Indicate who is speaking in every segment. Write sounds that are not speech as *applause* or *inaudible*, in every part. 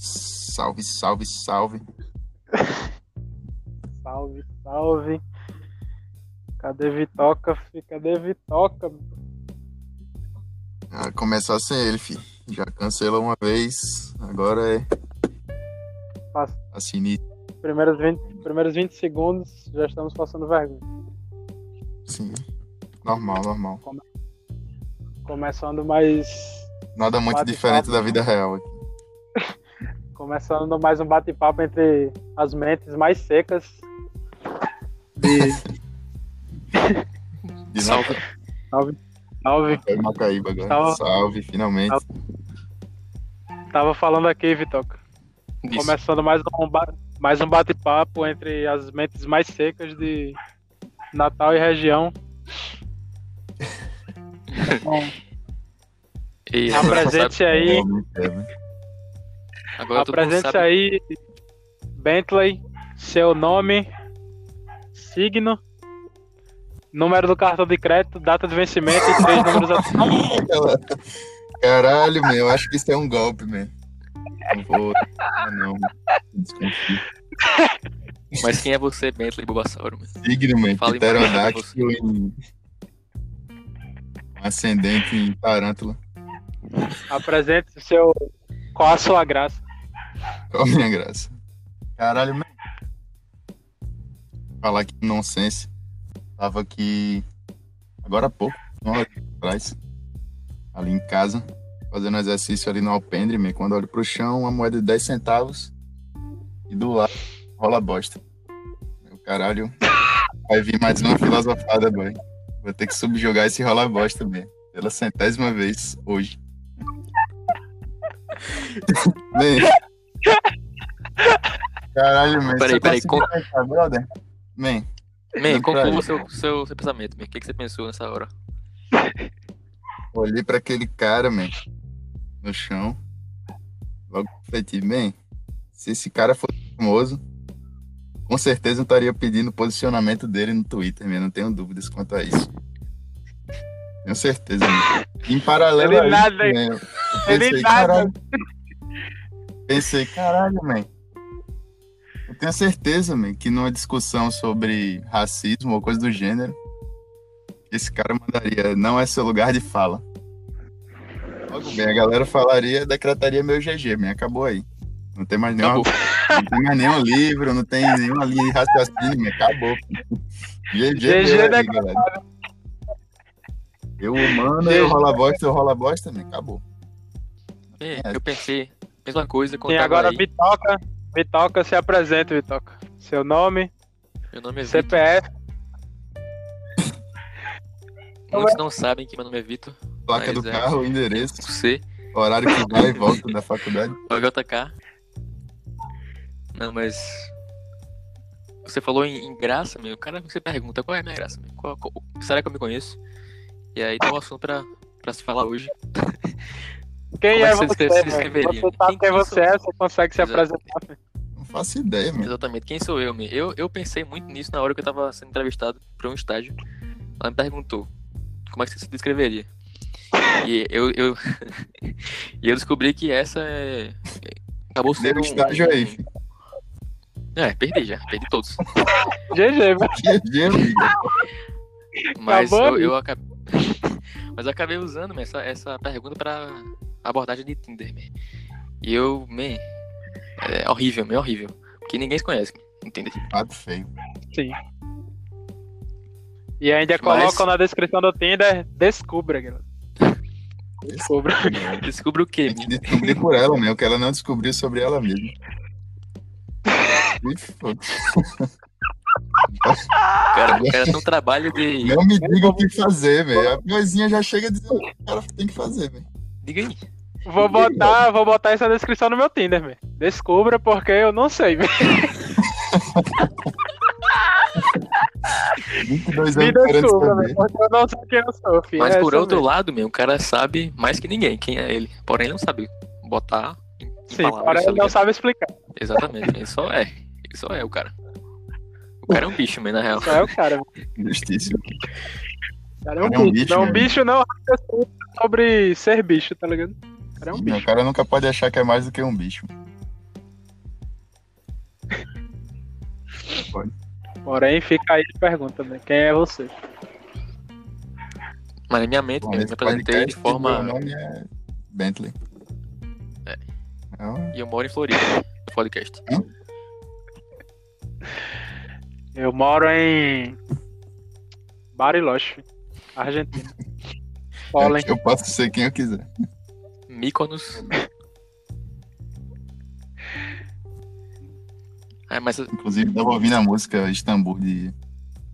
Speaker 1: salve, salve, salve.
Speaker 2: Salve, salve. Cadê Vitoca? fi? Cadê Vitoca?
Speaker 1: Ah, começar sem ele, fi. Já cancelou uma vez, agora é
Speaker 2: Passa-
Speaker 1: assim,
Speaker 2: Primeiros 20, primeiros 20 segundos já estamos passando vergonha.
Speaker 1: sim. Normal, normal.
Speaker 2: Começando mais.
Speaker 1: Nada muito
Speaker 2: Bate
Speaker 1: diferente
Speaker 2: papo.
Speaker 1: da vida real aqui.
Speaker 2: Começando mais um bate-papo entre as mentes mais secas. De
Speaker 1: De
Speaker 3: Salve.
Speaker 2: Salve.
Speaker 1: Natal, Macaíba agora.
Speaker 2: Salve.
Speaker 1: Salve, finalmente.
Speaker 2: Salve. Tava falando aqui, Vitoca.
Speaker 3: Disso.
Speaker 2: Começando mais um, ba- mais um bate-papo entre as mentes mais secas de Natal e região. Bom,
Speaker 3: E
Speaker 2: A
Speaker 3: agora tu
Speaker 2: presente
Speaker 3: sabe-
Speaker 2: aí.
Speaker 1: Finalmente, é, né?
Speaker 3: Agora todo mundo
Speaker 2: Apresente-se
Speaker 3: sabe
Speaker 2: aí, Bentley, seu nome, signo, número do cartão de crédito, data de vencimento e três números
Speaker 3: *laughs*
Speaker 2: atrás.
Speaker 1: Aquela- Caralho, meu, eu acho que isso é um golpe, meu. Não vou. Ah, Não, desconfio.
Speaker 3: Mas quem é você, Bentley Bulbasauro? mano?
Speaker 1: Signo, meu.
Speaker 3: Fala em-
Speaker 1: Pterodáctilo em. Ascendente em tarântula.
Speaker 2: Apresente seu. Qual a sua graça?
Speaker 1: Qual a minha graça? Caralho, meu. Falar que nonsense. Tava aqui agora há pouco, uma hora atrás, ali em casa, fazendo exercício ali no alpendre, meu. Quando olho pro chão, uma moeda de 10 centavos e do lado rola bosta. Meu caralho, vai vir mais uma filosofada, boy. Vou ter que subjugar esse rola bosta, meu. Pela centésima vez hoje. *laughs* Bem, Caralho, man.
Speaker 3: Peraí,
Speaker 1: você
Speaker 3: peraí,
Speaker 1: conseguiu pensar, brother? Man,
Speaker 3: Man,
Speaker 2: é
Speaker 1: Não, cara.
Speaker 3: conclua o seu, seu, seu pensamento, man. O que, que você pensou nessa hora?
Speaker 1: olhei pra aquele cara, man, no chão. Logo refleti, man, se esse cara fosse famoso, com certeza eu estaria pedindo o posicionamento dele no Twitter, man. Não tenho dúvidas quanto a isso. Tenho certeza, man. Em paralelo
Speaker 2: Ele
Speaker 1: a isso,
Speaker 2: nada,
Speaker 1: man, eu
Speaker 2: ele
Speaker 1: pensei,
Speaker 2: nada.
Speaker 1: caralho. Pensei, caralho, man. Eu tenho certeza, man, que numa discussão sobre racismo ou coisa do gênero, esse cara mandaria, não é seu lugar de fala. Logo bem, a galera falaria, decretaria meu GG, man, acabou aí. Não tem mais nenhuma,
Speaker 3: Acabou.
Speaker 1: não tem mais nenhum livro, não tem nenhuma linha de raciocínio, man, acabou. GG,
Speaker 2: GG
Speaker 3: é
Speaker 1: meu aí, galera. Eu humano, eu
Speaker 2: GG.
Speaker 1: rola bosta, eu rola bosta, man, acabou.
Speaker 3: Man, eu pensei, mesma coisa quando
Speaker 2: E
Speaker 3: tava
Speaker 2: agora,
Speaker 3: aí.
Speaker 2: Vitoca, Vitoca, se apresenta, Vitoca. Seu nome,
Speaker 3: Meu nome é Vitor.
Speaker 2: CPF, tá
Speaker 3: Muitos não sabem que meu nome é Vitor.
Speaker 1: Placa
Speaker 3: Mas
Speaker 1: do
Speaker 3: é.
Speaker 1: carro, endereço.
Speaker 3: Com C,
Speaker 1: Horário que vai e volta da faculdade.
Speaker 3: o JK. Não, mas. Você falou em, em graça, meu. O cara você pergunta qual é a minha graça, meu. Qual- qual- será que eu me conheço? E aí tem um assunto pra, pra se falar hoje.
Speaker 2: quem
Speaker 3: Como
Speaker 2: é
Speaker 3: é que você
Speaker 2: você?
Speaker 3: se
Speaker 2: meu?
Speaker 3: escreveria?
Speaker 2: Você tá quem
Speaker 3: Quem- quem
Speaker 2: você é,
Speaker 3: sou?
Speaker 2: você consegue se
Speaker 3: Exato.
Speaker 2: apresentar.
Speaker 1: Não faço ideia, mano.
Speaker 3: Exatamente, quem sou eu, meu? Eu, eu pensei muito nisso na hora que eu tava sendo entrevistado pra um estágio. Ela me perguntou como é que você se descreveria. E eu, eu, *laughs* e eu descobri que essa é. Acabou sendo.
Speaker 1: Primeiro
Speaker 3: um-
Speaker 1: estágio aí, filho.
Speaker 3: É, perdi já, perdi
Speaker 2: *laughs*
Speaker 3: todos.
Speaker 2: GG, meu.
Speaker 1: GG, amigo.
Speaker 3: Mas
Speaker 2: Acabou,
Speaker 3: eu,
Speaker 2: amigo.
Speaker 3: eu acabei. *laughs* Mas eu acabei usando meu, essa, essa pergunta pra abordagem de Tinder, man. E eu, man, é horrível, meu, horrível. Porque ninguém se conhece, entende?
Speaker 1: Pato feio.
Speaker 2: Sim. E ainda
Speaker 3: Mas-
Speaker 2: colocam na descrição do Tinder, descubra, galera.
Speaker 3: *laughs*
Speaker 2: Descubra.
Speaker 3: Descubra o quê,
Speaker 1: Tem que descobrir
Speaker 3: *laughs*
Speaker 1: por ela, meu, que ela não descobriu sobre ela mesma. E foda-se.
Speaker 3: Cara, o cara tem um trabalho de.
Speaker 1: Não me diga o que fazer, velho. A coisinha já chega dizendo o que o cara tem que fazer, velho.
Speaker 3: Diga aí.
Speaker 2: Vou botar, vou botar essa descrição no meu Tinder, meu. Descubra porque eu não sei, meu.
Speaker 1: 22
Speaker 2: Me
Speaker 1: anos querendo
Speaker 2: descubra,
Speaker 1: saber.
Speaker 2: meu, porque eu não sei quem eu sou, filho.
Speaker 3: Mas
Speaker 2: É
Speaker 3: por
Speaker 2: isso
Speaker 3: outro
Speaker 2: mesmo.
Speaker 3: lado, meu, o cara sabe mais que ninguém quem é ele. Porém, ele não sabe botar em em
Speaker 2: Sim,
Speaker 3: palavras,
Speaker 2: agora
Speaker 3: tá
Speaker 2: ele não
Speaker 3: ligado?
Speaker 2: sabe explicar.
Speaker 3: Exatamente, ele só é. Ele só é o cara. O cara é um bicho, man, na real.
Speaker 2: Só é o cara, meu.
Speaker 1: Justíssimo.
Speaker 2: O cara é
Speaker 1: Cara, é
Speaker 2: um bicho. Não,
Speaker 1: né?
Speaker 2: bicho não é sobre ser bicho, tá ligado? O cara é um
Speaker 1: Meu,
Speaker 2: bicho.
Speaker 1: O cara nunca pode achar que é mais do que um bicho.
Speaker 2: Porém, fica aí a pergunta, né? Quem é você?
Speaker 3: Mas na minha mente,
Speaker 1: Bom,
Speaker 3: eu me
Speaker 1: esse
Speaker 3: apresentei
Speaker 1: podcast,
Speaker 3: de forma.
Speaker 1: Meu nome é Bentley.
Speaker 3: É.
Speaker 1: É um-
Speaker 3: E eu moro em Florida, no podcast.
Speaker 2: Eu moro em Bariloche,
Speaker 1: *laughs*
Speaker 2: Argentina. Pólen.
Speaker 1: Eu posso ser quem eu quiser.
Speaker 3: Mykonos. Ah, mas.
Speaker 1: Inclusive, tava ouvindo a música Istambul de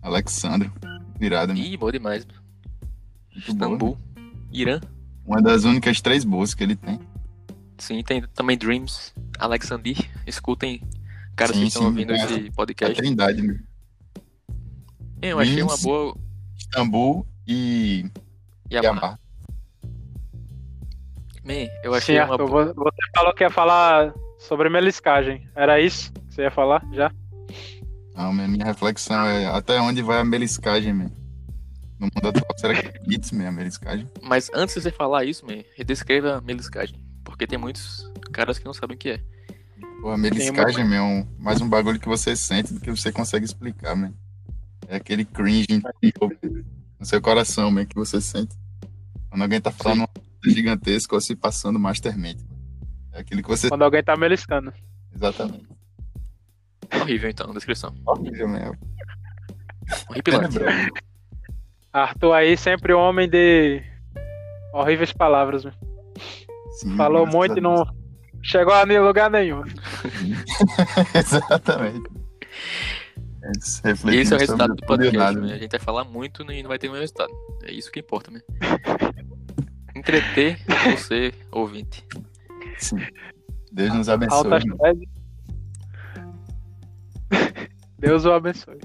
Speaker 1: Alexandre. Virada,
Speaker 3: Ih, bom demais. mano.
Speaker 1: muito boa.
Speaker 3: Istambul. Irã.
Speaker 1: Uma das únicas três boas que ele tem.
Speaker 3: Sim, tem também Dreams. Alexandre. Escutem. Caras
Speaker 1: Sim, é.
Speaker 3: que estão
Speaker 1: sim,
Speaker 3: ouvindo
Speaker 1: cara.
Speaker 3: esse
Speaker 1: A
Speaker 3: podcast.
Speaker 1: trindade, né?
Speaker 3: Eu achei uma
Speaker 1: Dreams.
Speaker 3: boa.
Speaker 1: Istambul e
Speaker 3: Yamaha.
Speaker 1: Yamar.
Speaker 3: Man, eu achei
Speaker 2: Sim,
Speaker 3: uma
Speaker 2: Arthur,
Speaker 3: boa.
Speaker 2: vo- você falou que ia falar sobre meliscagem. Era isso que você ia falar já?
Speaker 1: Não, minha minha reflexão é até onde vai a meliscagem, man? No mundo atual, será que é Blitz, man, a meliscagem?
Speaker 3: Mas antes de você falar isso, man, descreva a meliscagem. Porque tem muitos caras que não sabem o que é.
Speaker 1: Pô, a meliscagem, man, é um, mais um bagulho que você sente do que você consegue explicar, man. É aquele cringe interior, man, no seu coração, man, que você sente. Quando alguém tá falando uma coisa gigantesca ou se passando mastermente. man. É aquilo que você...
Speaker 2: Quando alguém tá meliscando.
Speaker 1: Exatamente.
Speaker 3: Horrível, então, descrição.
Speaker 1: Horrível, man. é
Speaker 3: Horripilante.
Speaker 1: tenebroso.
Speaker 2: Arthur aí sempre homem de horríveis palavras. né?
Speaker 1: Sim,
Speaker 2: Falou
Speaker 1: graças
Speaker 2: muito
Speaker 1: a
Speaker 2: e não chegou a nem lugar nenhum.
Speaker 1: *laughs* Exatamente. É isso,
Speaker 3: E esse é o
Speaker 1: refletindo
Speaker 3: resultado
Speaker 1: sobre tudo
Speaker 3: do
Speaker 1: e
Speaker 3: podcast,
Speaker 1: nada,
Speaker 3: né? A gente vai falar muito e não vai ter nenhum resultado. É isso que importa, né? *laughs* Entreter você, ouvinte.
Speaker 1: Sim. Deus nos abençoe.
Speaker 2: Altas *laughs*
Speaker 1: mano.
Speaker 2: teses. Deus o abençoe.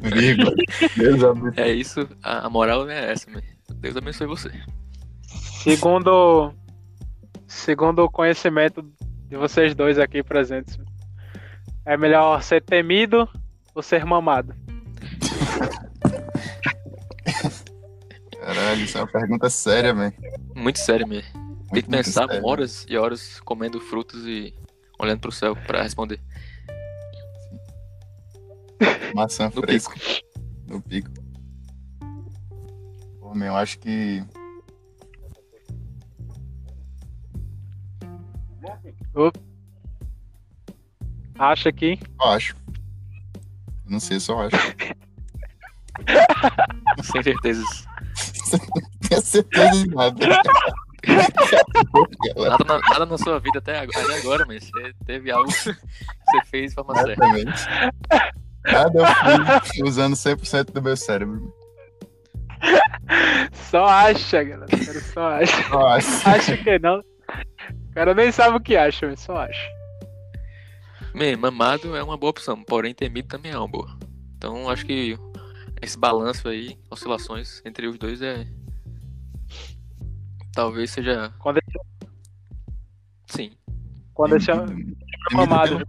Speaker 1: Vírgula. Deus abençoe.
Speaker 3: É isso, a, a moral é essa, né? Deus abençoe você.
Speaker 2: Segundo, segundo o conhecimento de vocês dois aqui presentes, é melhor ser temido ou ser mamado?
Speaker 1: Caralho, isso é uma pergunta séria, velho.
Speaker 3: Muito sério, mesmo. Tem
Speaker 1: Muito,
Speaker 3: que
Speaker 1: muito
Speaker 3: pensar
Speaker 1: séria.
Speaker 3: horas e horas comendo frutas e olhando pro céu pra responder. *laughs*
Speaker 1: Maçã
Speaker 3: No
Speaker 1: fresca. No pico. Pô, meu, eu acho que.
Speaker 2: Acha que
Speaker 1: Eu acho. Eu Não sei, eu só acho. *laughs*
Speaker 3: Sem certezas.
Speaker 1: Não tenho certeza de nada.
Speaker 3: Nada na, nada na sua vida até agora, até agora mas você teve algo que você fez de forma certa.
Speaker 1: Exatamente. Nada eu fui usando 100% do meu cérebro.
Speaker 2: só acha, galera. O cara só acha. *laughs*
Speaker 1: Eu acho.
Speaker 2: Acha que não. O cara nem sabe o que acha, mas só acha.
Speaker 3: Man, mamado é uma boa opção, porém temido também é uma boa. Então acho que esse balanço aí, oscilações entre os dois é. Talvez seja.
Speaker 2: Quando esse,
Speaker 3: Sim.
Speaker 2: quando esse,
Speaker 1: *laughs*
Speaker 2: mamado.
Speaker 1: Não,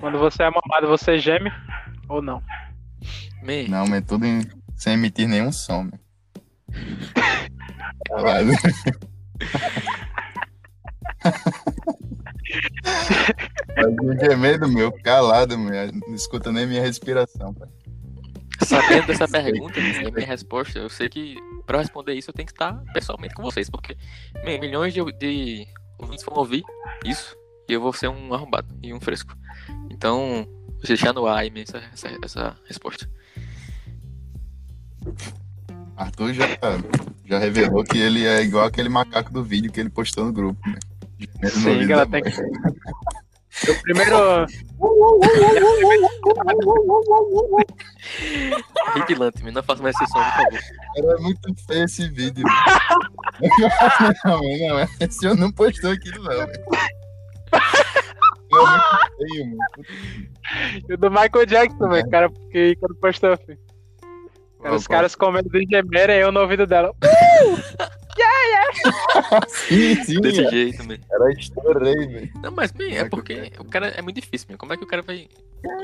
Speaker 2: Quando você é mamado, você geme ou não?
Speaker 3: Man,
Speaker 1: mas tudo em... sem emitir nenhum som, meu. Caralho. *laughs* Faz um gemendo meu, calado, meu. Não escuta nem minha respiração, pai.
Speaker 3: sabendo dessa pergunta né, e minha resposta, eu sei que pra eu responder isso eu tenho que estar pessoalmente com vocês, porque man, milhões de, de ouvintes vão ouvir isso e eu vou ser um arrombado e um fresco. Então, vou deixar no ar aí man, essa, essa, essa resposta.
Speaker 1: Arthur já, já revelou que ele é igual aquele macaco do vídeo que ele postou no grupo, né? Gemendo no
Speaker 2: Sim,
Speaker 1: ouvido
Speaker 2: ela
Speaker 1: da
Speaker 2: tem
Speaker 1: mãe.
Speaker 2: que. *laughs* Eu primeiro.
Speaker 3: Horripilante, man, não faça mais esse som, por favor.
Speaker 1: Era é muito feio esse vídeo. *laughs* mano. não, mano, não, é, esse eu não postou aquilo, não. velho. Era muito feio, mano.
Speaker 2: E o do Michael Jackson, velho, cara, porque quando postou, filho. Cara, os caras comendo de gemerem, eu no ouvido dela.
Speaker 1: *laughs* Sim, sim,
Speaker 3: Desse
Speaker 1: velho.
Speaker 3: jeito, man.
Speaker 1: era estourei, velho.
Speaker 3: Não, mas bem,
Speaker 1: Como é
Speaker 3: é
Speaker 1: que
Speaker 3: porque o cara é muito difícil, meu. Como é que o cara vai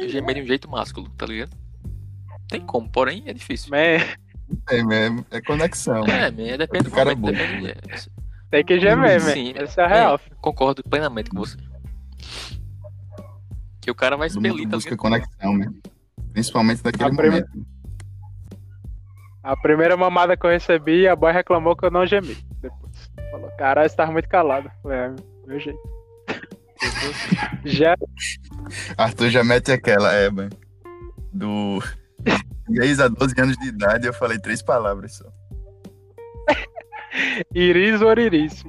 Speaker 3: gemer de um jeito másculo, tá ligado? Tem como, porém é difícil.
Speaker 2: Man,
Speaker 1: É, mesmo, é conexão.
Speaker 3: É, man, é depende
Speaker 1: O cara é
Speaker 3: do
Speaker 1: burro.
Speaker 3: momento, depende. é,
Speaker 2: tem que gemer, é
Speaker 3: Sim.
Speaker 2: man. Essa é a real, filho.
Speaker 3: Concordo plenamente com você. Que o cara vai
Speaker 1: Todo mundo
Speaker 3: expelir, tá
Speaker 1: busca
Speaker 3: ligado?
Speaker 1: conexão, né? Principalmente naquele
Speaker 2: A primeira-
Speaker 1: momento.
Speaker 2: A primeira mamada que eu recebi, a boy reclamou que eu não gemi. Depois. Falou, caralho, você tava muito calado. Eu Falei, é, meu jeito. Já
Speaker 1: Arthur já mete aquela, é, mano. Do 10 a 12 anos de idade, eu falei três palavras só.
Speaker 2: iris ou *laughs* iris.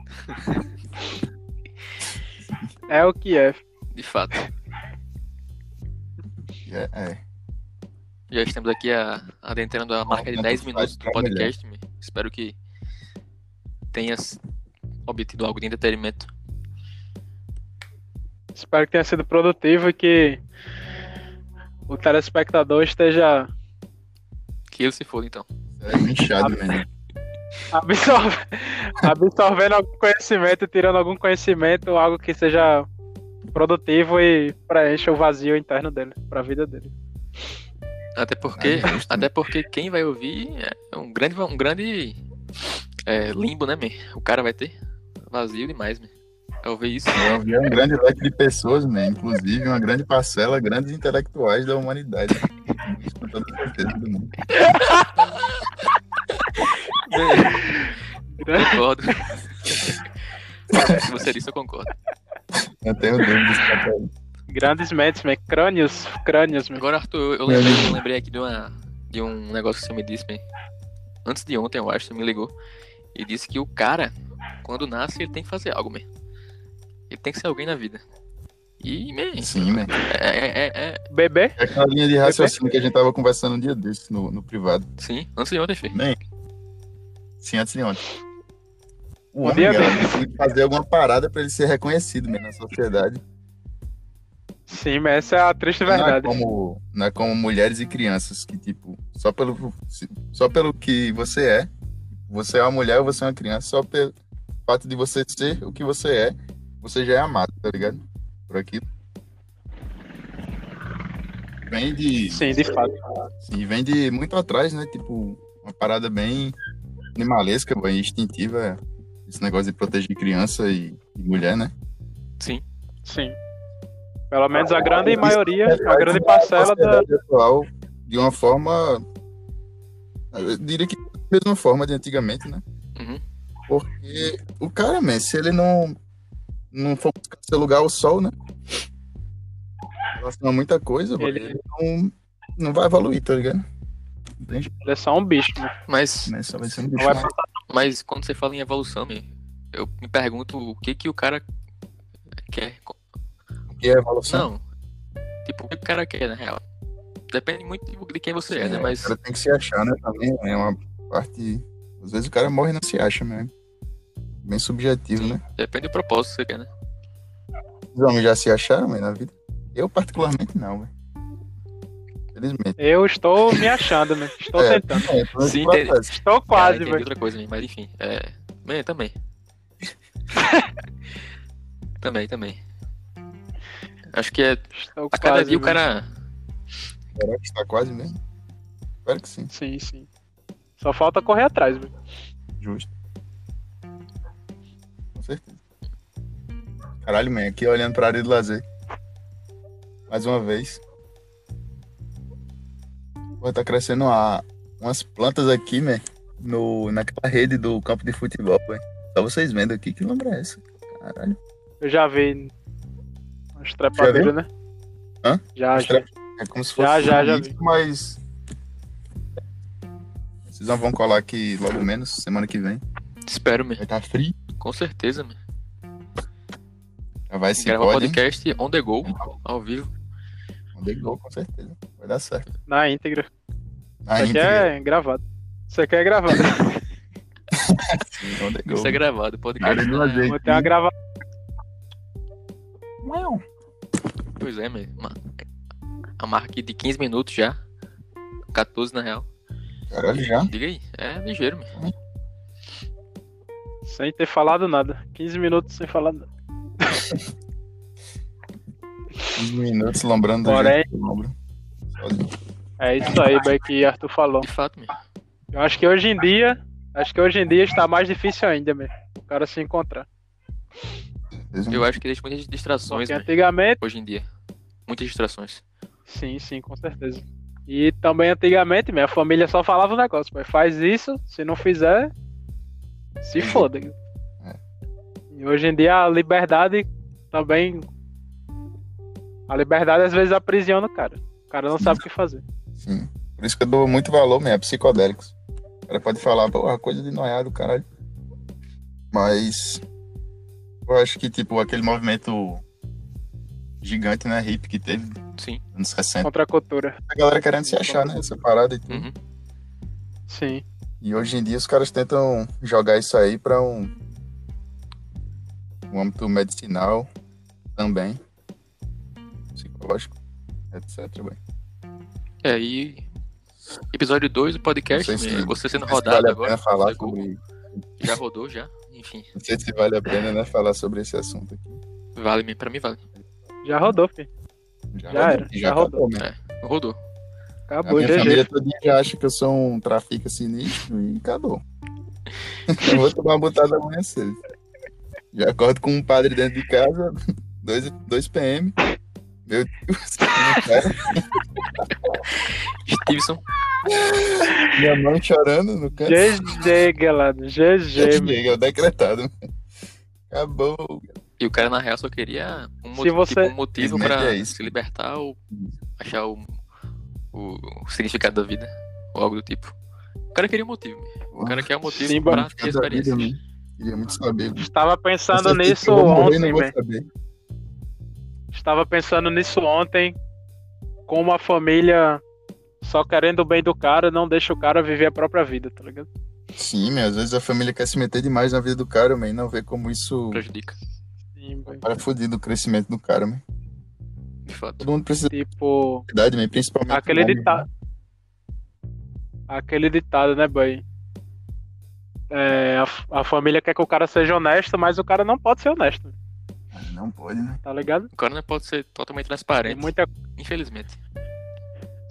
Speaker 2: É o que é.
Speaker 3: De fato.
Speaker 1: É, é.
Speaker 3: Já estamos aqui a, adentrando a marca de
Speaker 1: tanto
Speaker 3: 10
Speaker 1: faz
Speaker 3: minutos do
Speaker 1: pra
Speaker 3: podcast. me. Espero que tenhas obtido algo de entretenimento.
Speaker 2: Espero que tenha sido produtivo e que o telespectador esteja
Speaker 3: Que ele se foda, então.
Speaker 1: É muito chato,
Speaker 3: Ah,
Speaker 1: velho.
Speaker 2: absorve- *laughs* absorvendo algum conhecimento, tirando algum conhecimento, algo que seja produtivo e preencha o vazio interno dele, pra vida dele.
Speaker 3: Até porque,
Speaker 1: Ah, justo,
Speaker 3: até porque quem vai ouvir é um grande, um grande é, limbo, né, man? O cara vai ter vazio demais, man. Vai ouvir isso.
Speaker 1: Eu vi um grande leque de pessoas, né? Inclusive uma grande parcela, grandes intelectuais da humanidade. Isso Com toda certeza do mundo.
Speaker 3: concordo. *laughs* Se você disse, eu concordo.
Speaker 1: Eu tenho tá dúvidas quanto a isso.
Speaker 2: Grandes mentes, man. crânios, crânios, man.
Speaker 3: Agora, Arthur, eu, eu lembrei, eu lembrei aqui de, uma, de um negócio que você me disse, man. Antes de ontem, eu acho, você me ligou. E disse que o cara, quando nasce, ele tem que fazer algo, man. Ele tem que ser alguém na vida. E, man,
Speaker 1: Sim, né?
Speaker 3: é- é- é, é,
Speaker 2: Bebê?
Speaker 1: É aquela linha de raciocínio que a gente tava conversando um dia desse no, no privado.
Speaker 3: sim, antes de ontem, filho.
Speaker 1: Nem. Sim, antes de ontem. O
Speaker 2: Bom
Speaker 1: homem,
Speaker 2: dia,
Speaker 1: galera, tem que fazer alguma parada pra ele ser reconhecido mesmo na sociedade.
Speaker 2: Sim, mas essa é a triste verdade.
Speaker 1: Não é como, não é como mulheres e crianças, que, tipo, só pelo, só pelo que você é, você é uma mulher ou você é uma criança, só pelo fato de você ser o que você é, você já é amado, tá ligado? Por aqui. Vem de.
Speaker 2: Sim, de fato.
Speaker 1: Sim, vem de muito atrás, né? Tipo, uma parada bem animalesca, bem instintiva. Esse negócio de proteger criança e, e mulher, né?
Speaker 3: Sim.
Speaker 2: Sim. Pelo menos a grande
Speaker 1: Isso é
Speaker 2: maioria, a
Speaker 1: reflete
Speaker 2: grande parcela da.
Speaker 1: sociedade atual de uma forma. Eu diria que da mesma forma de antigamente, né?
Speaker 3: Uhum.
Speaker 1: Porque o cara, man, se ele não, não for buscar seu lugar ao sol, né? Em relação a muita coisa,
Speaker 2: Ele-
Speaker 1: ele, não, não vai evoluir, tá ligado? Não tem jeito,
Speaker 2: Ele é só um bicho, né?
Speaker 3: Mas,
Speaker 1: né? Só vai ser um bicho.
Speaker 2: Não vai passar
Speaker 3: mas quando você fala em evolução, man, eu me pergunto o que que o cara quer.
Speaker 1: O que é evolução?
Speaker 3: Não. Tipo, o que o cara quer, na real. Depende muito de quem você é, né? Mas
Speaker 1: O cara tem que se achar, né? Também é uma parte. Às vezes o cara morre e não se acha mesmo. Bem subjetivo, né?
Speaker 3: depende do propósito que você quer, né?
Speaker 1: Os homens já se acharam, mãe, na vida? Eu, particularmente, não, velho. Felizmente.
Speaker 2: Eu estou me achando, né? Estou
Speaker 1: É.
Speaker 2: tentando.
Speaker 1: É, tô nesse
Speaker 3: Sim,
Speaker 1: processo.
Speaker 2: Estou
Speaker 3: Ah,
Speaker 2: quase,
Speaker 3: entendi
Speaker 2: velho.
Speaker 3: outra coisa, man, mas enfim. É... Man, também.
Speaker 2: *laughs*
Speaker 3: também, também. Acho que é.
Speaker 2: Estou
Speaker 3: A cada
Speaker 2: quase. né?
Speaker 3: dia
Speaker 2: velho.
Speaker 3: o cara.
Speaker 1: Será que está quase mesmo? Espero que sim.
Speaker 2: né? Sim, sim. Só falta correr atrás, velho.
Speaker 1: Justo. Com certeza. Caralho, man, aqui olhando pra área de lazer. Mais uma vez. Pô, tá crescendo uma- umas plantas aqui, man. No, naquela rede do campo de futebol, velho. Só vocês vendo aqui, que lombra é essa? Caralho.
Speaker 2: Eu já vi as trepadeiras, né?
Speaker 1: Hã?
Speaker 2: Já, já.
Speaker 1: É como se fosse.
Speaker 2: Já, já, já
Speaker 1: isso,
Speaker 2: vi.
Speaker 1: Mas. Vocês não vão colar aqui logo menos, semana que vem.
Speaker 3: Espero, man.
Speaker 1: Vai estar frio.
Speaker 3: Com certeza, man.
Speaker 1: Já vai se
Speaker 3: Gravar um
Speaker 1: pode. hein?
Speaker 3: podcast on the go, ao vivo.
Speaker 1: Mandei gol, com certeza. Vai dar certo.
Speaker 2: Na íntegra.
Speaker 1: Na
Speaker 2: Isso aqui
Speaker 1: íntegra.
Speaker 2: é gravado. Isso aqui é gravado.
Speaker 1: Sim, mandei gol.
Speaker 3: Isso é gravado, podcast. né?
Speaker 1: Nada né? de
Speaker 3: na-
Speaker 1: lazer.
Speaker 2: né? Vou ter uma grava...
Speaker 3: Pois é, mesmo. A marca aqui de 15 minutos já. 14 na real.
Speaker 1: Caralho, já.
Speaker 3: Diga aí. É ligeiro, mesmo.
Speaker 2: sem ter falado nada. 15 minutos sem falar nada.
Speaker 1: 15 minutos lombrando. do
Speaker 2: Porém-
Speaker 1: jeito que eu lombro. Sozinho.
Speaker 2: É isso aí, velho, que Arthur falou.
Speaker 3: De fato, mesmo.
Speaker 2: Eu acho que hoje em dia, acho que hoje em dia está mais difícil ainda, mesmo. O cara se encontrar.
Speaker 1: Vocês não-
Speaker 3: Eu acho que deixa muitas distrações,
Speaker 2: Porque
Speaker 3: mesmo.
Speaker 2: antigamente,
Speaker 3: Hoje em dia. muitas distrações.
Speaker 2: Sim, sim, com certeza. E também antigamente minha família só falava o negócio, mas faz isso, se não fizer,
Speaker 1: *laughs*
Speaker 2: se foda.
Speaker 1: É.
Speaker 2: E hoje em dia a liberdade também. A liberdade às vezes aprisiona o cara. O cara não sabe o
Speaker 1: *laughs*
Speaker 2: que fazer.
Speaker 1: Sim. Por isso que eu dou muito valor mesmo a psicodélicos. O cara pode falar, porra, coisa de noiado, caralho. Mas eu acho que, tipo, aquele movimento gigante, né, hip que teve nos
Speaker 3: Sim.
Speaker 1: anos 60.
Speaker 2: Contra a cultura.
Speaker 1: A galera querendo se achar, né, essa parada e tudo.
Speaker 3: Uhum.
Speaker 2: Sim.
Speaker 1: E hoje em dia os caras tentam jogar isso aí pra um, um âmbito medicinal também, psicológico, etc. Bem.
Speaker 3: É, e episódio 2 do podcast,
Speaker 1: Não sei se-
Speaker 3: né, você sendo
Speaker 1: Não sei se
Speaker 3: rodado
Speaker 1: vale a
Speaker 3: agora.
Speaker 1: pena falar
Speaker 3: chegou,
Speaker 1: sobre.
Speaker 3: Já rodou, já. Enfim,
Speaker 1: Não sei se vale a pena né, falar sobre esse assunto aqui.
Speaker 3: vale, pra mim vale.
Speaker 2: Já rodou, filho. Já
Speaker 1: rodou,
Speaker 2: era, já rodou.
Speaker 1: acabou, né?
Speaker 3: Rodou.
Speaker 1: A
Speaker 2: Acabou,
Speaker 1: minha
Speaker 2: GG.
Speaker 1: família todo dia já acha que eu sou um trafica sinistro e acabou. eu vou tomar uma botada amanhã cedo. Já acordo com um padre dentro de casa, dois, dois PM. Meu Deus, tá cara,
Speaker 3: Stevenson,
Speaker 1: minha mãe chorando no canto.
Speaker 2: GG, galera. GG, meu.
Speaker 1: Chega, é o decretado. Acabou.
Speaker 3: e o cara na real só queria um, mo-
Speaker 2: Se você-
Speaker 3: tipo, um motivo
Speaker 1: Infelizmente
Speaker 3: pra
Speaker 1: é isso.
Speaker 3: se libertar ou achar o, o, o significado da vida, ou algo do tipo. O cara queria um motivo. O cara quer um motivo
Speaker 2: Sim,
Speaker 3: pra
Speaker 2: mano.
Speaker 3: ter experiência.
Speaker 1: mano. Queria muito saber.
Speaker 2: Estava pensando
Speaker 1: Não sei se
Speaker 2: Tá nisso
Speaker 1: eu vou morrer, não
Speaker 2: ontem,
Speaker 1: vou
Speaker 2: velho.
Speaker 1: saber.
Speaker 2: Estava pensando nisso ontem. Como a família só querendo o bem do cara, não deixa o cara viver a própria vida, tá ligado?
Speaker 1: Sim, meu, às vezes a família quer se meter demais na vida do cara, man, e não vê como isso
Speaker 3: Prejudica,
Speaker 2: Sim, velho.
Speaker 1: para fudido o crescimento do cara, man.
Speaker 3: de fato.
Speaker 1: Todo mundo precisa
Speaker 2: Tipo.
Speaker 1: de idade, man, principalmente.
Speaker 2: Aquele tá-
Speaker 1: o homem,
Speaker 2: ditado. Aquele ditado, né, boy? É, a, f- a família quer que o cara seja honesto, mas o cara não pode ser honesto,
Speaker 1: né? Não pode, né?
Speaker 2: tá ligado?
Speaker 3: O cara não pode ser totalmente
Speaker 2: Tem
Speaker 3: transparente,
Speaker 2: muita
Speaker 3: infelizmente.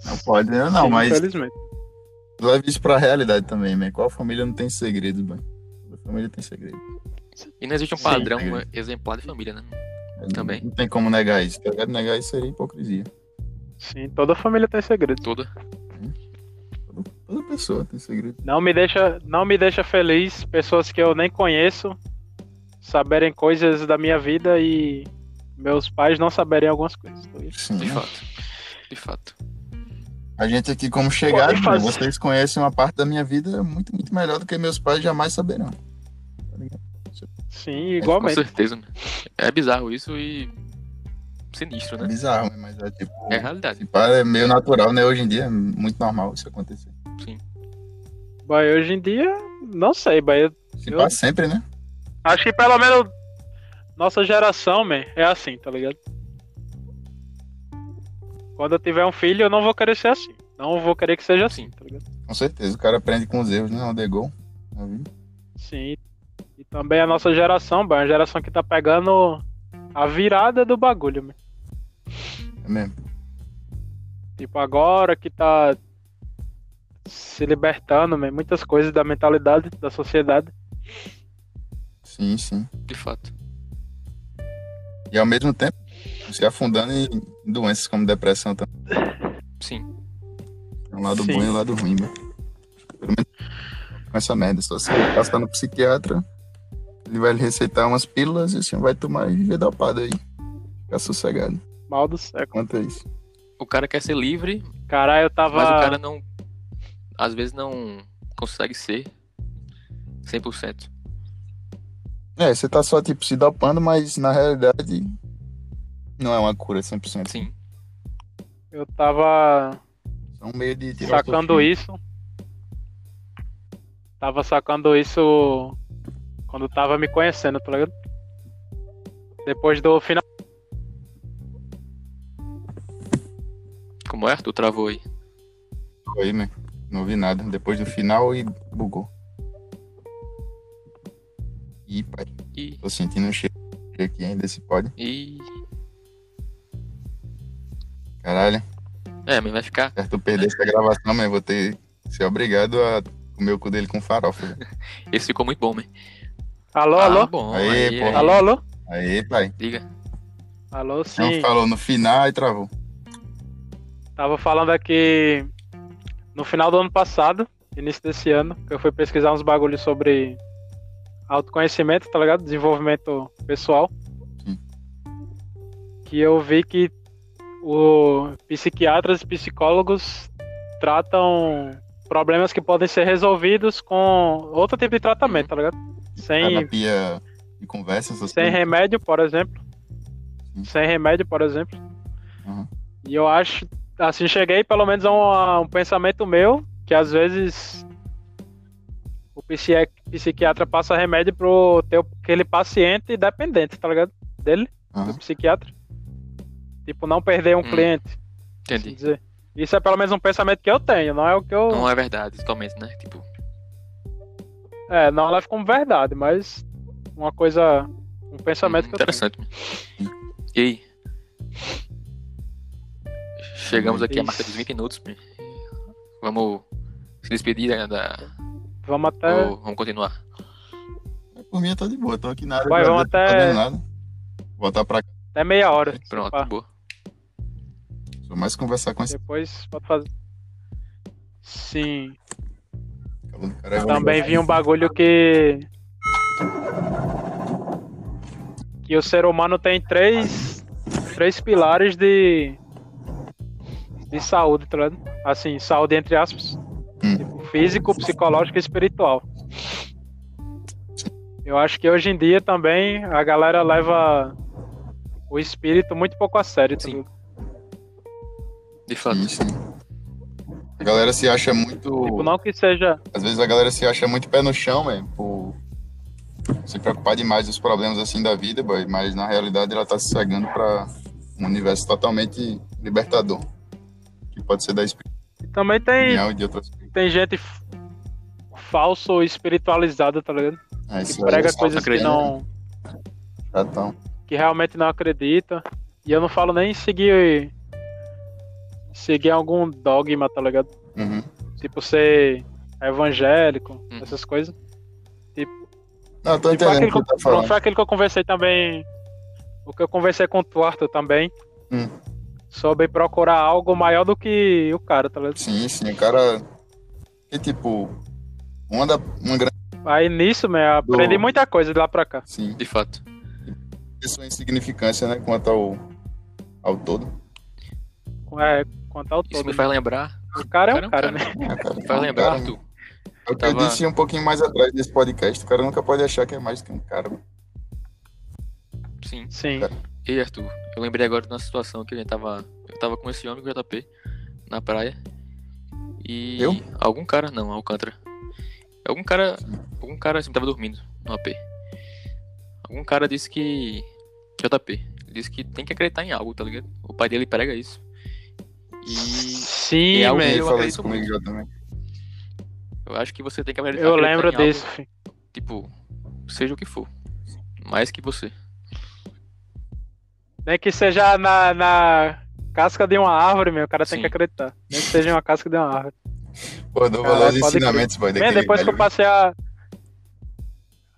Speaker 1: Não pode, né? Não,
Speaker 2: Sim,
Speaker 1: mas
Speaker 2: Infelizmente.
Speaker 1: leve isso pra realidade também, man. Qual família não tem segredo, man? Toda família tem segredo.
Speaker 3: E não existe um
Speaker 2: Sim.
Speaker 3: padrão exemplar de família, né? Também.
Speaker 1: Não tem como negar isso. Tá ligado? Negar isso seria hipocrisia.
Speaker 2: Sim, toda família tem segredo.
Speaker 3: Toda.
Speaker 1: Toda pessoa tem segredo.
Speaker 2: Não me deixa, não me deixa feliz pessoas que eu nem conheço saberem coisas da minha vida e meus pais não saberem algumas coisas. tá ligado?
Speaker 1: Sim,
Speaker 3: De
Speaker 1: né?
Speaker 3: fato. De fato.
Speaker 1: A gente aqui, como chegado,
Speaker 2: Pode fazer.
Speaker 1: meu, vocês conhecem uma parte da minha vida muito, muito melhor do que meus pais jamais saberão.
Speaker 2: Sim,
Speaker 3: Com
Speaker 2: igualmente.
Speaker 3: certeza, né? É bizarro isso e. Sinistro,
Speaker 1: É
Speaker 3: né?
Speaker 1: bizarro, né? mas é tipo.
Speaker 3: É a realidade.
Speaker 1: se pá, é meio natural, né? Hoje em dia é muito normal isso acontecer.
Speaker 2: Boy, hoje em dia, não sei, boy.
Speaker 1: Se
Speaker 2: Eu-
Speaker 1: pá, sempre, né?
Speaker 2: Acho que pelo menos nossa geração, man, é assim, tá ligado? Quando eu tiver um filho, eu não vou querer ser assim. Não vou querer que seja assim, tá ligado?
Speaker 1: Com certeza, o cara aprende com os erros, né? O Degol. na vida.
Speaker 2: Sim. E também a nossa geração, boy, é uma geração que tá pegando a virada do bagulho, man.
Speaker 1: É mesmo.
Speaker 2: Tipo, agora que tá se libertando, man, muitas coisas da mentalidade da sociedade.
Speaker 1: Sim, sim.
Speaker 3: De fato.
Speaker 1: E ao mesmo tempo, se afundando em doenças como depressão também.
Speaker 3: Sim.
Speaker 1: Um lado
Speaker 2: Sim.
Speaker 1: bom e um lado ruim, né? Pelo menos com essa merda. Só se ele passar no psiquiatra, ele vai lhe receitar umas pílulas e assim vai tomar e viver dopado aí. Ficar sossegado.
Speaker 2: Mal do século.
Speaker 1: Quanto é isso?
Speaker 3: O cara quer ser livre,
Speaker 2: Caralho, eu tava.
Speaker 3: mas o cara não. Às vezes não consegue ser 100%.
Speaker 1: É, você tá só, tipo, se dopando, mas na realidade não é uma cura 100%.
Speaker 3: Sim.
Speaker 2: Eu tava.
Speaker 1: É um meio de tirar
Speaker 2: sacando
Speaker 1: isso.
Speaker 2: isso. Tava sacando isso quando tava me conhecendo, tá ligado? Depois do final.
Speaker 3: Como é? Tu travou aí.
Speaker 1: aí, né? Não vi nada. Depois do final e bugou. Ih, pai,
Speaker 3: E.
Speaker 1: tô sentindo um cheiro aqui ainda, se pode.
Speaker 3: E.
Speaker 1: Caralho.
Speaker 3: É, mas vai ficar.
Speaker 1: Certo, eu perder essa gravação, mas vou ter que ser obrigado a comer o cu dele com farofa. velho.
Speaker 3: Esse ficou muito bom, man.
Speaker 2: Alô,
Speaker 3: Ah,
Speaker 2: alô?
Speaker 3: bom.
Speaker 1: Aê,
Speaker 3: aí,
Speaker 1: porra.
Speaker 3: aí.
Speaker 2: Alô, alô?
Speaker 1: Aí, pai.
Speaker 3: Diga.
Speaker 2: Falou sim.
Speaker 1: Não falou no final e travou.
Speaker 2: Tava falando aqui no final do ano passado, início desse ano, que eu fui pesquisar uns bagulhos sobre autoconhecimento, tá ligado? Desenvolvimento pessoal.
Speaker 1: Sim.
Speaker 2: Que eu vi que o psiquiatras e psicólogos tratam problemas que podem ser resolvidos com outro tipo de tratamento, tá ligado?
Speaker 1: É,
Speaker 2: Sem,
Speaker 1: Terapia e conversa, essas
Speaker 2: sem
Speaker 1: coisas.
Speaker 2: remédio, por exemplo.
Speaker 1: Sim.
Speaker 2: Sem remédio, por exemplo.
Speaker 1: Uhum.
Speaker 2: E eu acho, assim, cheguei pelo menos a um, a um pensamento meu, que às vezes o psiqui- psiquiatra passa remédio pro teu, aquele paciente dependente, tá ligado? Dele, do
Speaker 1: Aham.
Speaker 2: psiquiatra. Tipo, não perder um
Speaker 3: Hum.
Speaker 2: cliente, assim
Speaker 3: Entendi.
Speaker 2: dizer. Isso é pelo menos um pensamento que eu tenho, não é o que eu...
Speaker 3: Não é verdade, totalmente, né? Tipo,
Speaker 2: É, não leva como verdade, mas uma coisa. Um pensamento
Speaker 3: hum,
Speaker 2: que eu tenho.
Speaker 3: interessante. E aí? Chegamos aqui à marca dos
Speaker 2: Isso.
Speaker 3: 20 minutos. meu. Vamos se despedir né, da.
Speaker 2: Vamos até.
Speaker 3: ou vamos continuar?
Speaker 1: Por mim, eu tô de boa, tô aqui na área.
Speaker 2: Vai,
Speaker 1: de-
Speaker 2: vamos
Speaker 1: não tô fazendo
Speaker 2: até-
Speaker 1: nada. Voltar pra cá.
Speaker 2: até meia hora. se
Speaker 3: Pronto,
Speaker 2: pá.
Speaker 3: boa.
Speaker 1: Só mais conversar com esse
Speaker 2: Depois pode fazer. Sim.
Speaker 1: cabelo do cara.
Speaker 2: Também vi um bagulho que. Que o ser humano tem três. Três pilares de. De saúde, tá ligado? Assim, saúde entre aspas.
Speaker 1: Hum.
Speaker 2: Tipo, físico, psicológico e espiritual. Eu acho que hoje em dia também a galera leva o espírito muito pouco a sério. tá
Speaker 3: Sim.
Speaker 2: ligado?
Speaker 3: De fato.
Speaker 1: Sim, sim. A galera se acha muito.
Speaker 2: Tipo, não que seja.
Speaker 1: Às vezes a galera se acha muito pé no chão, velho, por se preocupar demais dos problemas assim da vida, boy, mas na realidade ela tá se cegando pra um universo totalmente libertador, que pode ser da
Speaker 2: E também tem,
Speaker 1: espiritual e de outras coisas.
Speaker 2: tem gente f- falso espiritualizada, tá ligado?
Speaker 1: Ah,
Speaker 2: Que
Speaker 1: isso aí
Speaker 2: prega
Speaker 1: é só tá, então,
Speaker 2: coisas que
Speaker 1: crente,
Speaker 2: não.
Speaker 1: chatão.
Speaker 2: que realmente não acredita. E eu não falo nem seguir. Seguir algum dogma, tá ligado?
Speaker 1: Uhum.
Speaker 2: Tipo ser evangélico,
Speaker 3: Hum.
Speaker 2: essas coisas.
Speaker 1: Não, eu tô
Speaker 2: Tipo,
Speaker 1: entendendo o que
Speaker 2: aquele que eu,
Speaker 1: tu tá
Speaker 2: pronto,
Speaker 1: falando.
Speaker 2: foi aquele que eu conversei também. O que eu conversei com o Tuarto também.
Speaker 1: Hum.
Speaker 2: Sobre procurar algo maior do que o cara, tá ligado?
Speaker 1: Sim, sim, o cara. Que tipo. Uma, da, uma grande
Speaker 2: Aí nisso, né,
Speaker 1: Do-
Speaker 2: aprendi muita coisa de lá pra cá.
Speaker 1: assim,
Speaker 3: De fato.
Speaker 1: pessoa insignificância, né? Quanto ao, ao todo.
Speaker 2: É, quanto ao
Speaker 3: Isso
Speaker 2: todo. Ah.
Speaker 3: me faz lembrar.
Speaker 2: O cara é um cara, né?
Speaker 1: É, cara,
Speaker 3: Me faz
Speaker 1: um
Speaker 3: lembrar,
Speaker 1: cara-
Speaker 3: Arthur.
Speaker 1: É o que eu
Speaker 3: Tava-
Speaker 1: disse um pouquinho mais atrás desse podcast. O cara nunca pode achar que é mais que um cara.
Speaker 3: Sim.
Speaker 2: Sim.
Speaker 3: Ei, Arthur, eu lembrei agora de uma situação que a gente tava. Eu tava com esse homem com o JP na praia. E.
Speaker 1: Eu?
Speaker 3: Algum cara, não, Alcântara. Algum cara. Algum cara assim, tava dormindo no AP. Algum cara disse que. é JP. Disse que tem que acreditar em algo, tá ligado? O pai dele prega isso. E
Speaker 2: Sim,
Speaker 3: é algo
Speaker 2: man.
Speaker 1: Ele
Speaker 3: eu
Speaker 1: falou
Speaker 3: acredito
Speaker 1: isso comigo
Speaker 3: muito.
Speaker 1: já também.
Speaker 3: eu acho que você tem que acreditar
Speaker 2: Eu
Speaker 3: acreditar
Speaker 2: lembro
Speaker 3: em algo,
Speaker 2: disso, filho.
Speaker 3: Tipo, seja o que for. Mais que você.
Speaker 2: Nem que seja na, na casca de uma árvore, meu. O cara tem
Speaker 3: Sim.
Speaker 2: que acreditar. Nem que seja uma casca de uma árvore.
Speaker 1: Pô, eu dou
Speaker 2: Caralho,
Speaker 1: valor aos
Speaker 2: Ah, pode crer.
Speaker 1: ensinamentos, boy.
Speaker 2: Bem,
Speaker 1: daquele
Speaker 2: depois que eu
Speaker 1: velho.
Speaker 2: passei a,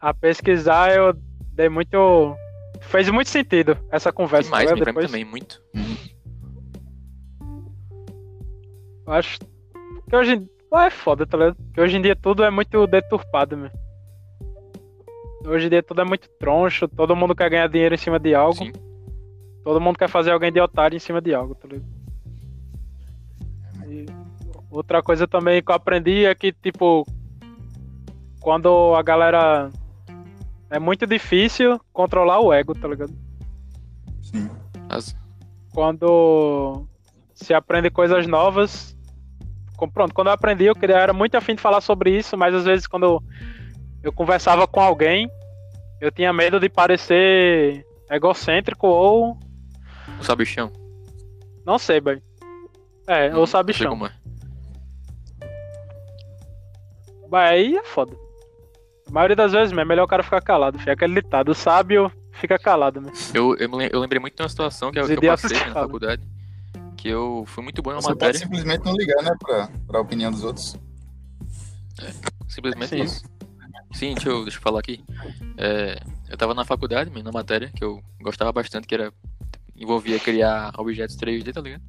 Speaker 2: a pesquisar, eu dei muito. Fez muito sentido essa conversa.
Speaker 3: Demais,
Speaker 2: tá
Speaker 3: me
Speaker 2: ligado?
Speaker 3: pra mim
Speaker 2: depois,
Speaker 3: também, muito.
Speaker 2: eu acho que hoje em ah, é foda, tá ligado? Porque hoje em dia tudo é muito deturpado, meu. Hoje em dia tudo é muito troncho, todo mundo quer ganhar dinheiro em cima de algo.
Speaker 3: Sim.
Speaker 2: Todo mundo quer fazer alguém de otário em cima de algo, tá ligado? E outra coisa também que eu aprendi é que, tipo, quando a galera. É muito difícil controlar o ego, tá ligado?
Speaker 1: Sim.
Speaker 3: As-
Speaker 2: Quando se aprende coisas novas. com- Pronto, quando eu aprendi, eu queria, era muito afim de falar sobre isso, mas às vezes quando eu, eu conversava com alguém, eu tinha medo de parecer egocêntrico ou.
Speaker 3: o sabichão.
Speaker 2: Não sei, bem. É,
Speaker 3: Não
Speaker 2: ou
Speaker 3: sei
Speaker 2: sabichão.
Speaker 3: como é.
Speaker 2: Mas aí é foda. A maioria das vezes mesmo, é melhor o cara ficar calado. Fica aquele ditado, o sábio fica calado né? mesmo.
Speaker 3: Eu, eu, me lem- eu lembrei muito de uma situação que eu,
Speaker 2: Os
Speaker 3: que eu
Speaker 2: idiotas
Speaker 3: passei
Speaker 2: que
Speaker 3: na
Speaker 2: falam.
Speaker 3: faculdade. Que eu fui muito bom em uma
Speaker 1: Você pode
Speaker 3: matéria,
Speaker 1: simplesmente não ligar, né, pra, pra opinião dos outros.
Speaker 3: simplesmente
Speaker 2: Sim.
Speaker 3: isso. Sim, deixa eu, deixa eu falar aqui. É, eu tava na faculdade, mesmo, na matéria, que eu gostava bastante, que era envolvia criar objetos 3D, tá ligado?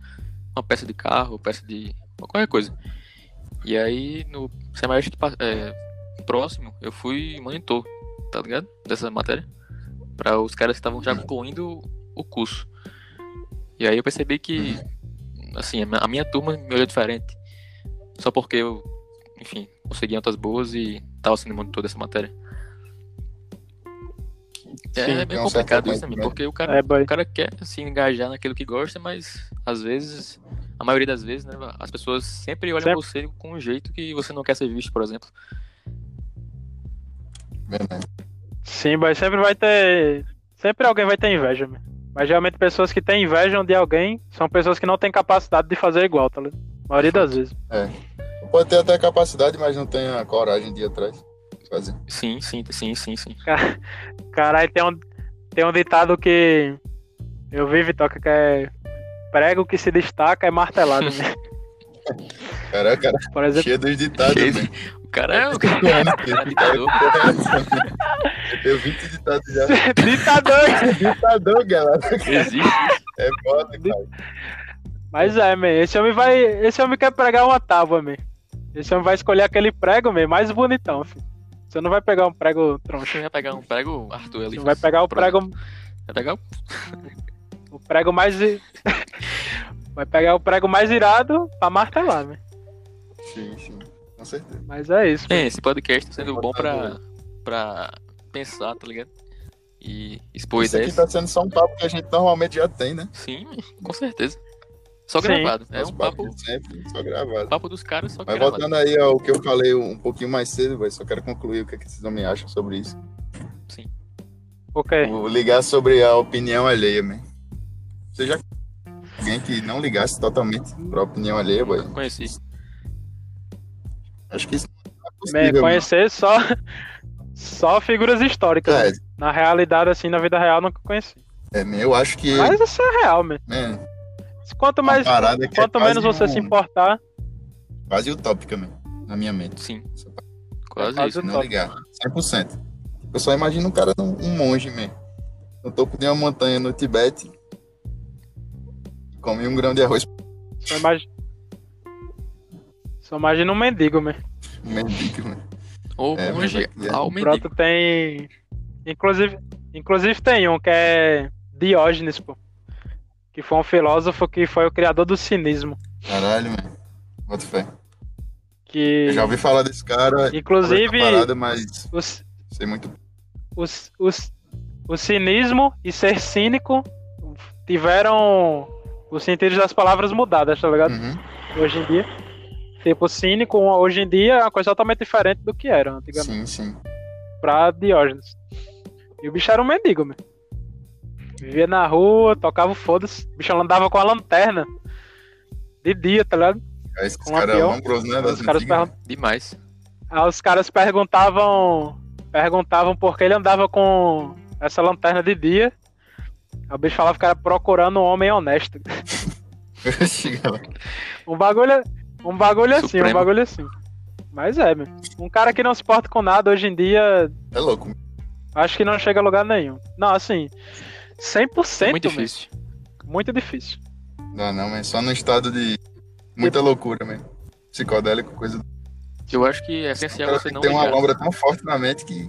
Speaker 3: Uma peça de carro, peça de. qualquer coisa. E aí, no semestre pa- é, próximo, eu fui monitor, tá ligado? Dessa matéria. Pra os caras que estavam
Speaker 1: Uhum.
Speaker 3: já concluindo o curso. E aí eu percebi que,
Speaker 1: Uhum.
Speaker 3: assim, a minha- a minha turma me olhou diferente. Só porque eu, enfim, consegui notas boas e tava sendo monitor dessa matéria. É,
Speaker 1: Sim, tem
Speaker 3: bem
Speaker 1: um
Speaker 3: complicado
Speaker 1: certo
Speaker 3: isso
Speaker 1: método,
Speaker 3: também,
Speaker 1: né?
Speaker 3: porque o cara
Speaker 2: É, boy.
Speaker 3: o cara quer se engajar naquilo que gosta, mas às vezes, a maioria das vezes, né, as pessoas sempre olham
Speaker 2: Sempre.
Speaker 3: você com um jeito que você não quer ser visto, por exemplo.
Speaker 1: Verdade.
Speaker 2: Sim, mas sempre vai ter. Sempre alguém vai ter inveja, mano. Mas geralmente pessoas que têm inveja de alguém são pessoas que não têm capacidade de fazer igual, tá ligado? A maioria das vezes.
Speaker 1: Pode ter até capacidade, mas não tem a coragem de ir atrás. de Fazer.
Speaker 3: Sim, sim, sim, sim, sim.
Speaker 2: Caralho, tem um, tem um ditado que eu vi, Vitoca, que é prego que se destaca é martelado, né?
Speaker 1: Caraca, cara,
Speaker 2: Por exemplo, *laughs*
Speaker 1: cheio dos ditados.
Speaker 3: Cheio
Speaker 1: velho.
Speaker 3: O cara *laughs* é o cara
Speaker 1: Cinco anos que esse
Speaker 3: é
Speaker 1: um cara
Speaker 3: ditador.
Speaker 1: Eu tenho 20 ditados já.
Speaker 2: é ditador!
Speaker 1: Ditador, galera.
Speaker 3: Existe.
Speaker 1: É foda, cara.
Speaker 2: Mas é, man, esse homem vai. Esse homem quer pregar uma tábua, man. Esse homem vai escolher aquele prego, man, mais bonitão, filho. Você não vai pegar um prego troncho.
Speaker 3: Você vai pegar um prego, Arthur, ali.
Speaker 2: Você vai pegar o prego
Speaker 3: Vai pegar o
Speaker 2: O prego mais. *laughs* i- Vai pegar o prego mais irado pra martelar, né?
Speaker 1: Sim, sim. Com certeza.
Speaker 2: Mas é isso.
Speaker 3: Bem, esse podcast tá sendo bom pra, pra pensar, tá ligado? E expor
Speaker 1: Isso aqui
Speaker 3: ideias.
Speaker 1: tá sendo só um papo que a gente normalmente já tem, né?
Speaker 3: Sim, com certeza. Só
Speaker 2: Sim.
Speaker 3: gravado. É
Speaker 1: Nosso
Speaker 3: um papo,
Speaker 1: de sempre, só gravado.
Speaker 3: papo dos caras, só
Speaker 1: Mas
Speaker 3: gravado.
Speaker 1: voltando aí ao que eu falei um pouquinho mais cedo, véi, só quero concluir o que, é que vocês homens acham sobre isso.
Speaker 2: Ok.
Speaker 1: Vou ligar sobre a opinião alheia, man. Você já alguém que não ligasse totalmente pra opinião alheia, boy?
Speaker 3: Conheci.
Speaker 1: Acho que isso não é
Speaker 2: Bem,
Speaker 1: possível. mano.
Speaker 2: conhecer só. *laughs* Só figuras históricas. né?
Speaker 1: É,
Speaker 2: Na realidade, assim, na vida real, nunca conheci.
Speaker 1: é, man, eu acho que
Speaker 2: Mas isso é real, mesmo.
Speaker 1: man, uma
Speaker 2: Quanto mais.
Speaker 1: parada que é
Speaker 2: Quanto menos
Speaker 1: quase
Speaker 2: você
Speaker 1: um-
Speaker 2: se importar.
Speaker 1: quase utópica, man, na minha mente.
Speaker 3: Sim.
Speaker 1: Essa parte.
Speaker 3: Quase
Speaker 2: Quase
Speaker 3: isso.
Speaker 1: Não
Speaker 2: Utópica.
Speaker 1: ligar, 100%. Eu só imagino um cara, num- um monge, man, no topo de uma montanha no Tibete, e come um grão de arroz
Speaker 2: Só imagina. Só imagina um mendigo, mesmo.
Speaker 1: por mendigo, man. *laughs*
Speaker 3: Ou
Speaker 1: É,
Speaker 3: monge
Speaker 1: mas é-
Speaker 3: ao
Speaker 2: Pronto,
Speaker 3: mendigo.
Speaker 2: tem. Inclusive, inclusive tem um que é Diógenes, pô. Que foi um filósofo que foi o criador do cinismo.
Speaker 1: Caralho, man. Bota fé.
Speaker 2: Que.
Speaker 1: Eu já ouvi falar desse cara,
Speaker 2: Inclusive,
Speaker 1: ouvi essa parada, mas
Speaker 2: o, c-
Speaker 1: sei muito
Speaker 2: o, c- o, c- o cinismo e ser cínico tiveram os sentidos das palavras mudadas, tá ligado?
Speaker 1: Uhum.
Speaker 2: Hoje em dia. Tipo, cínico hoje em dia é uma coisa totalmente diferente do que era antigamente,
Speaker 1: Sim, sim.
Speaker 2: pra Diógenes. E o bicho era um mendigo, meu. Vivia na rua, tocava o foda-se. O bicho andava com a lanterna. De dia, tá ligado?
Speaker 1: Aí Esses
Speaker 2: Com a
Speaker 1: caras
Speaker 2: pior,
Speaker 1: ombros, né? das
Speaker 2: Os caras
Speaker 1: antigas.
Speaker 2: perguntavam.
Speaker 3: Demais. É
Speaker 2: Aí os caras perguntavam perguntavam por que ele andava com essa lanterna de dia. Aí o bicho falava que era procurando um homem honesto. *laughs*
Speaker 1: *laughs* Chega lá.
Speaker 2: Um bagulho, um bagulho assim, um
Speaker 3: Supremo.
Speaker 2: bagulho assim. Mas é, meu. Um cara que não se porta com nada hoje em dia,
Speaker 1: É louco.
Speaker 2: acho que não chega a lugar nenhum. Não, assim, 100%
Speaker 3: Muito
Speaker 2: muito difícil.
Speaker 3: difícil.
Speaker 2: Muito difícil.
Speaker 1: Não, não, mas só no estado de muita loucura, mesmo. Psicodélico, coisa do.
Speaker 3: Eu acho que é
Speaker 1: O
Speaker 3: essencial
Speaker 1: cara
Speaker 3: você não
Speaker 1: tem uma
Speaker 3: ligar.
Speaker 1: lombra tão forte na mente que.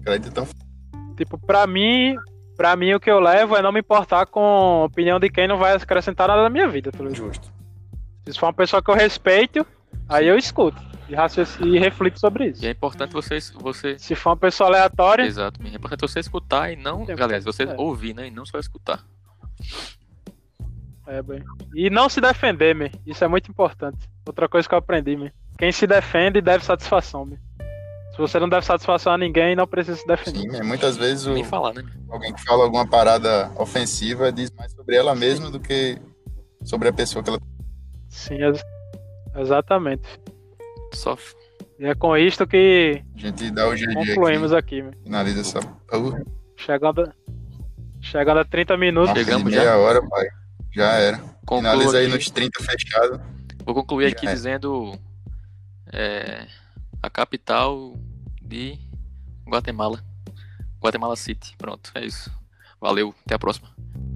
Speaker 1: Acredito tão forte.
Speaker 2: Tipo, pra mim, pra mim o que eu levo é não me importar com a opinião de quem não vai acrescentar nada na minha vida, tá ligado?
Speaker 1: Justo.
Speaker 2: Se for uma pessoa que eu respeito, aí eu escuto e, raciocino- e reflito sobre isso.
Speaker 3: E é importante você. você...
Speaker 2: Se for uma pessoa aleatória,
Speaker 3: Exato. É importante você escutar e não.
Speaker 2: Tem-
Speaker 3: Galera, você
Speaker 2: é.
Speaker 3: ouvir, né? E não só escutar.
Speaker 2: é, bem. E não se defender, me. Isso é muito importante. Outra coisa que eu aprendi, me. Quem se defende deve satisfação, me. Se você não deve satisfação a ninguém, não precisa se defender.
Speaker 1: Sim, mas muitas vezes o-
Speaker 3: Nem falar, né?
Speaker 1: alguém que fala alguma parada ofensiva diz mais sobre ela mesma do que sobre a pessoa que ela.
Speaker 2: Sim, ex- exatamente.
Speaker 3: Só.
Speaker 2: E é com isto que
Speaker 1: A gente dá o GG
Speaker 2: concluímos
Speaker 1: aqui.
Speaker 2: aqui, me.
Speaker 1: Finaliza essa. porra.
Speaker 2: Chegando, chegando a 30 minutos.
Speaker 1: Nossa, de
Speaker 3: Chegamos já?
Speaker 1: meia hora, pai. Já era.
Speaker 3: Concluo
Speaker 1: Finaliza aí
Speaker 3: aqui,
Speaker 1: nos 30 fechados.
Speaker 3: Vou concluir
Speaker 1: Já
Speaker 3: aqui
Speaker 1: é.
Speaker 3: dizendo. é, a capital de Guatemala. Guatemala City. Pronto, é isso. Valeu, até a próxima.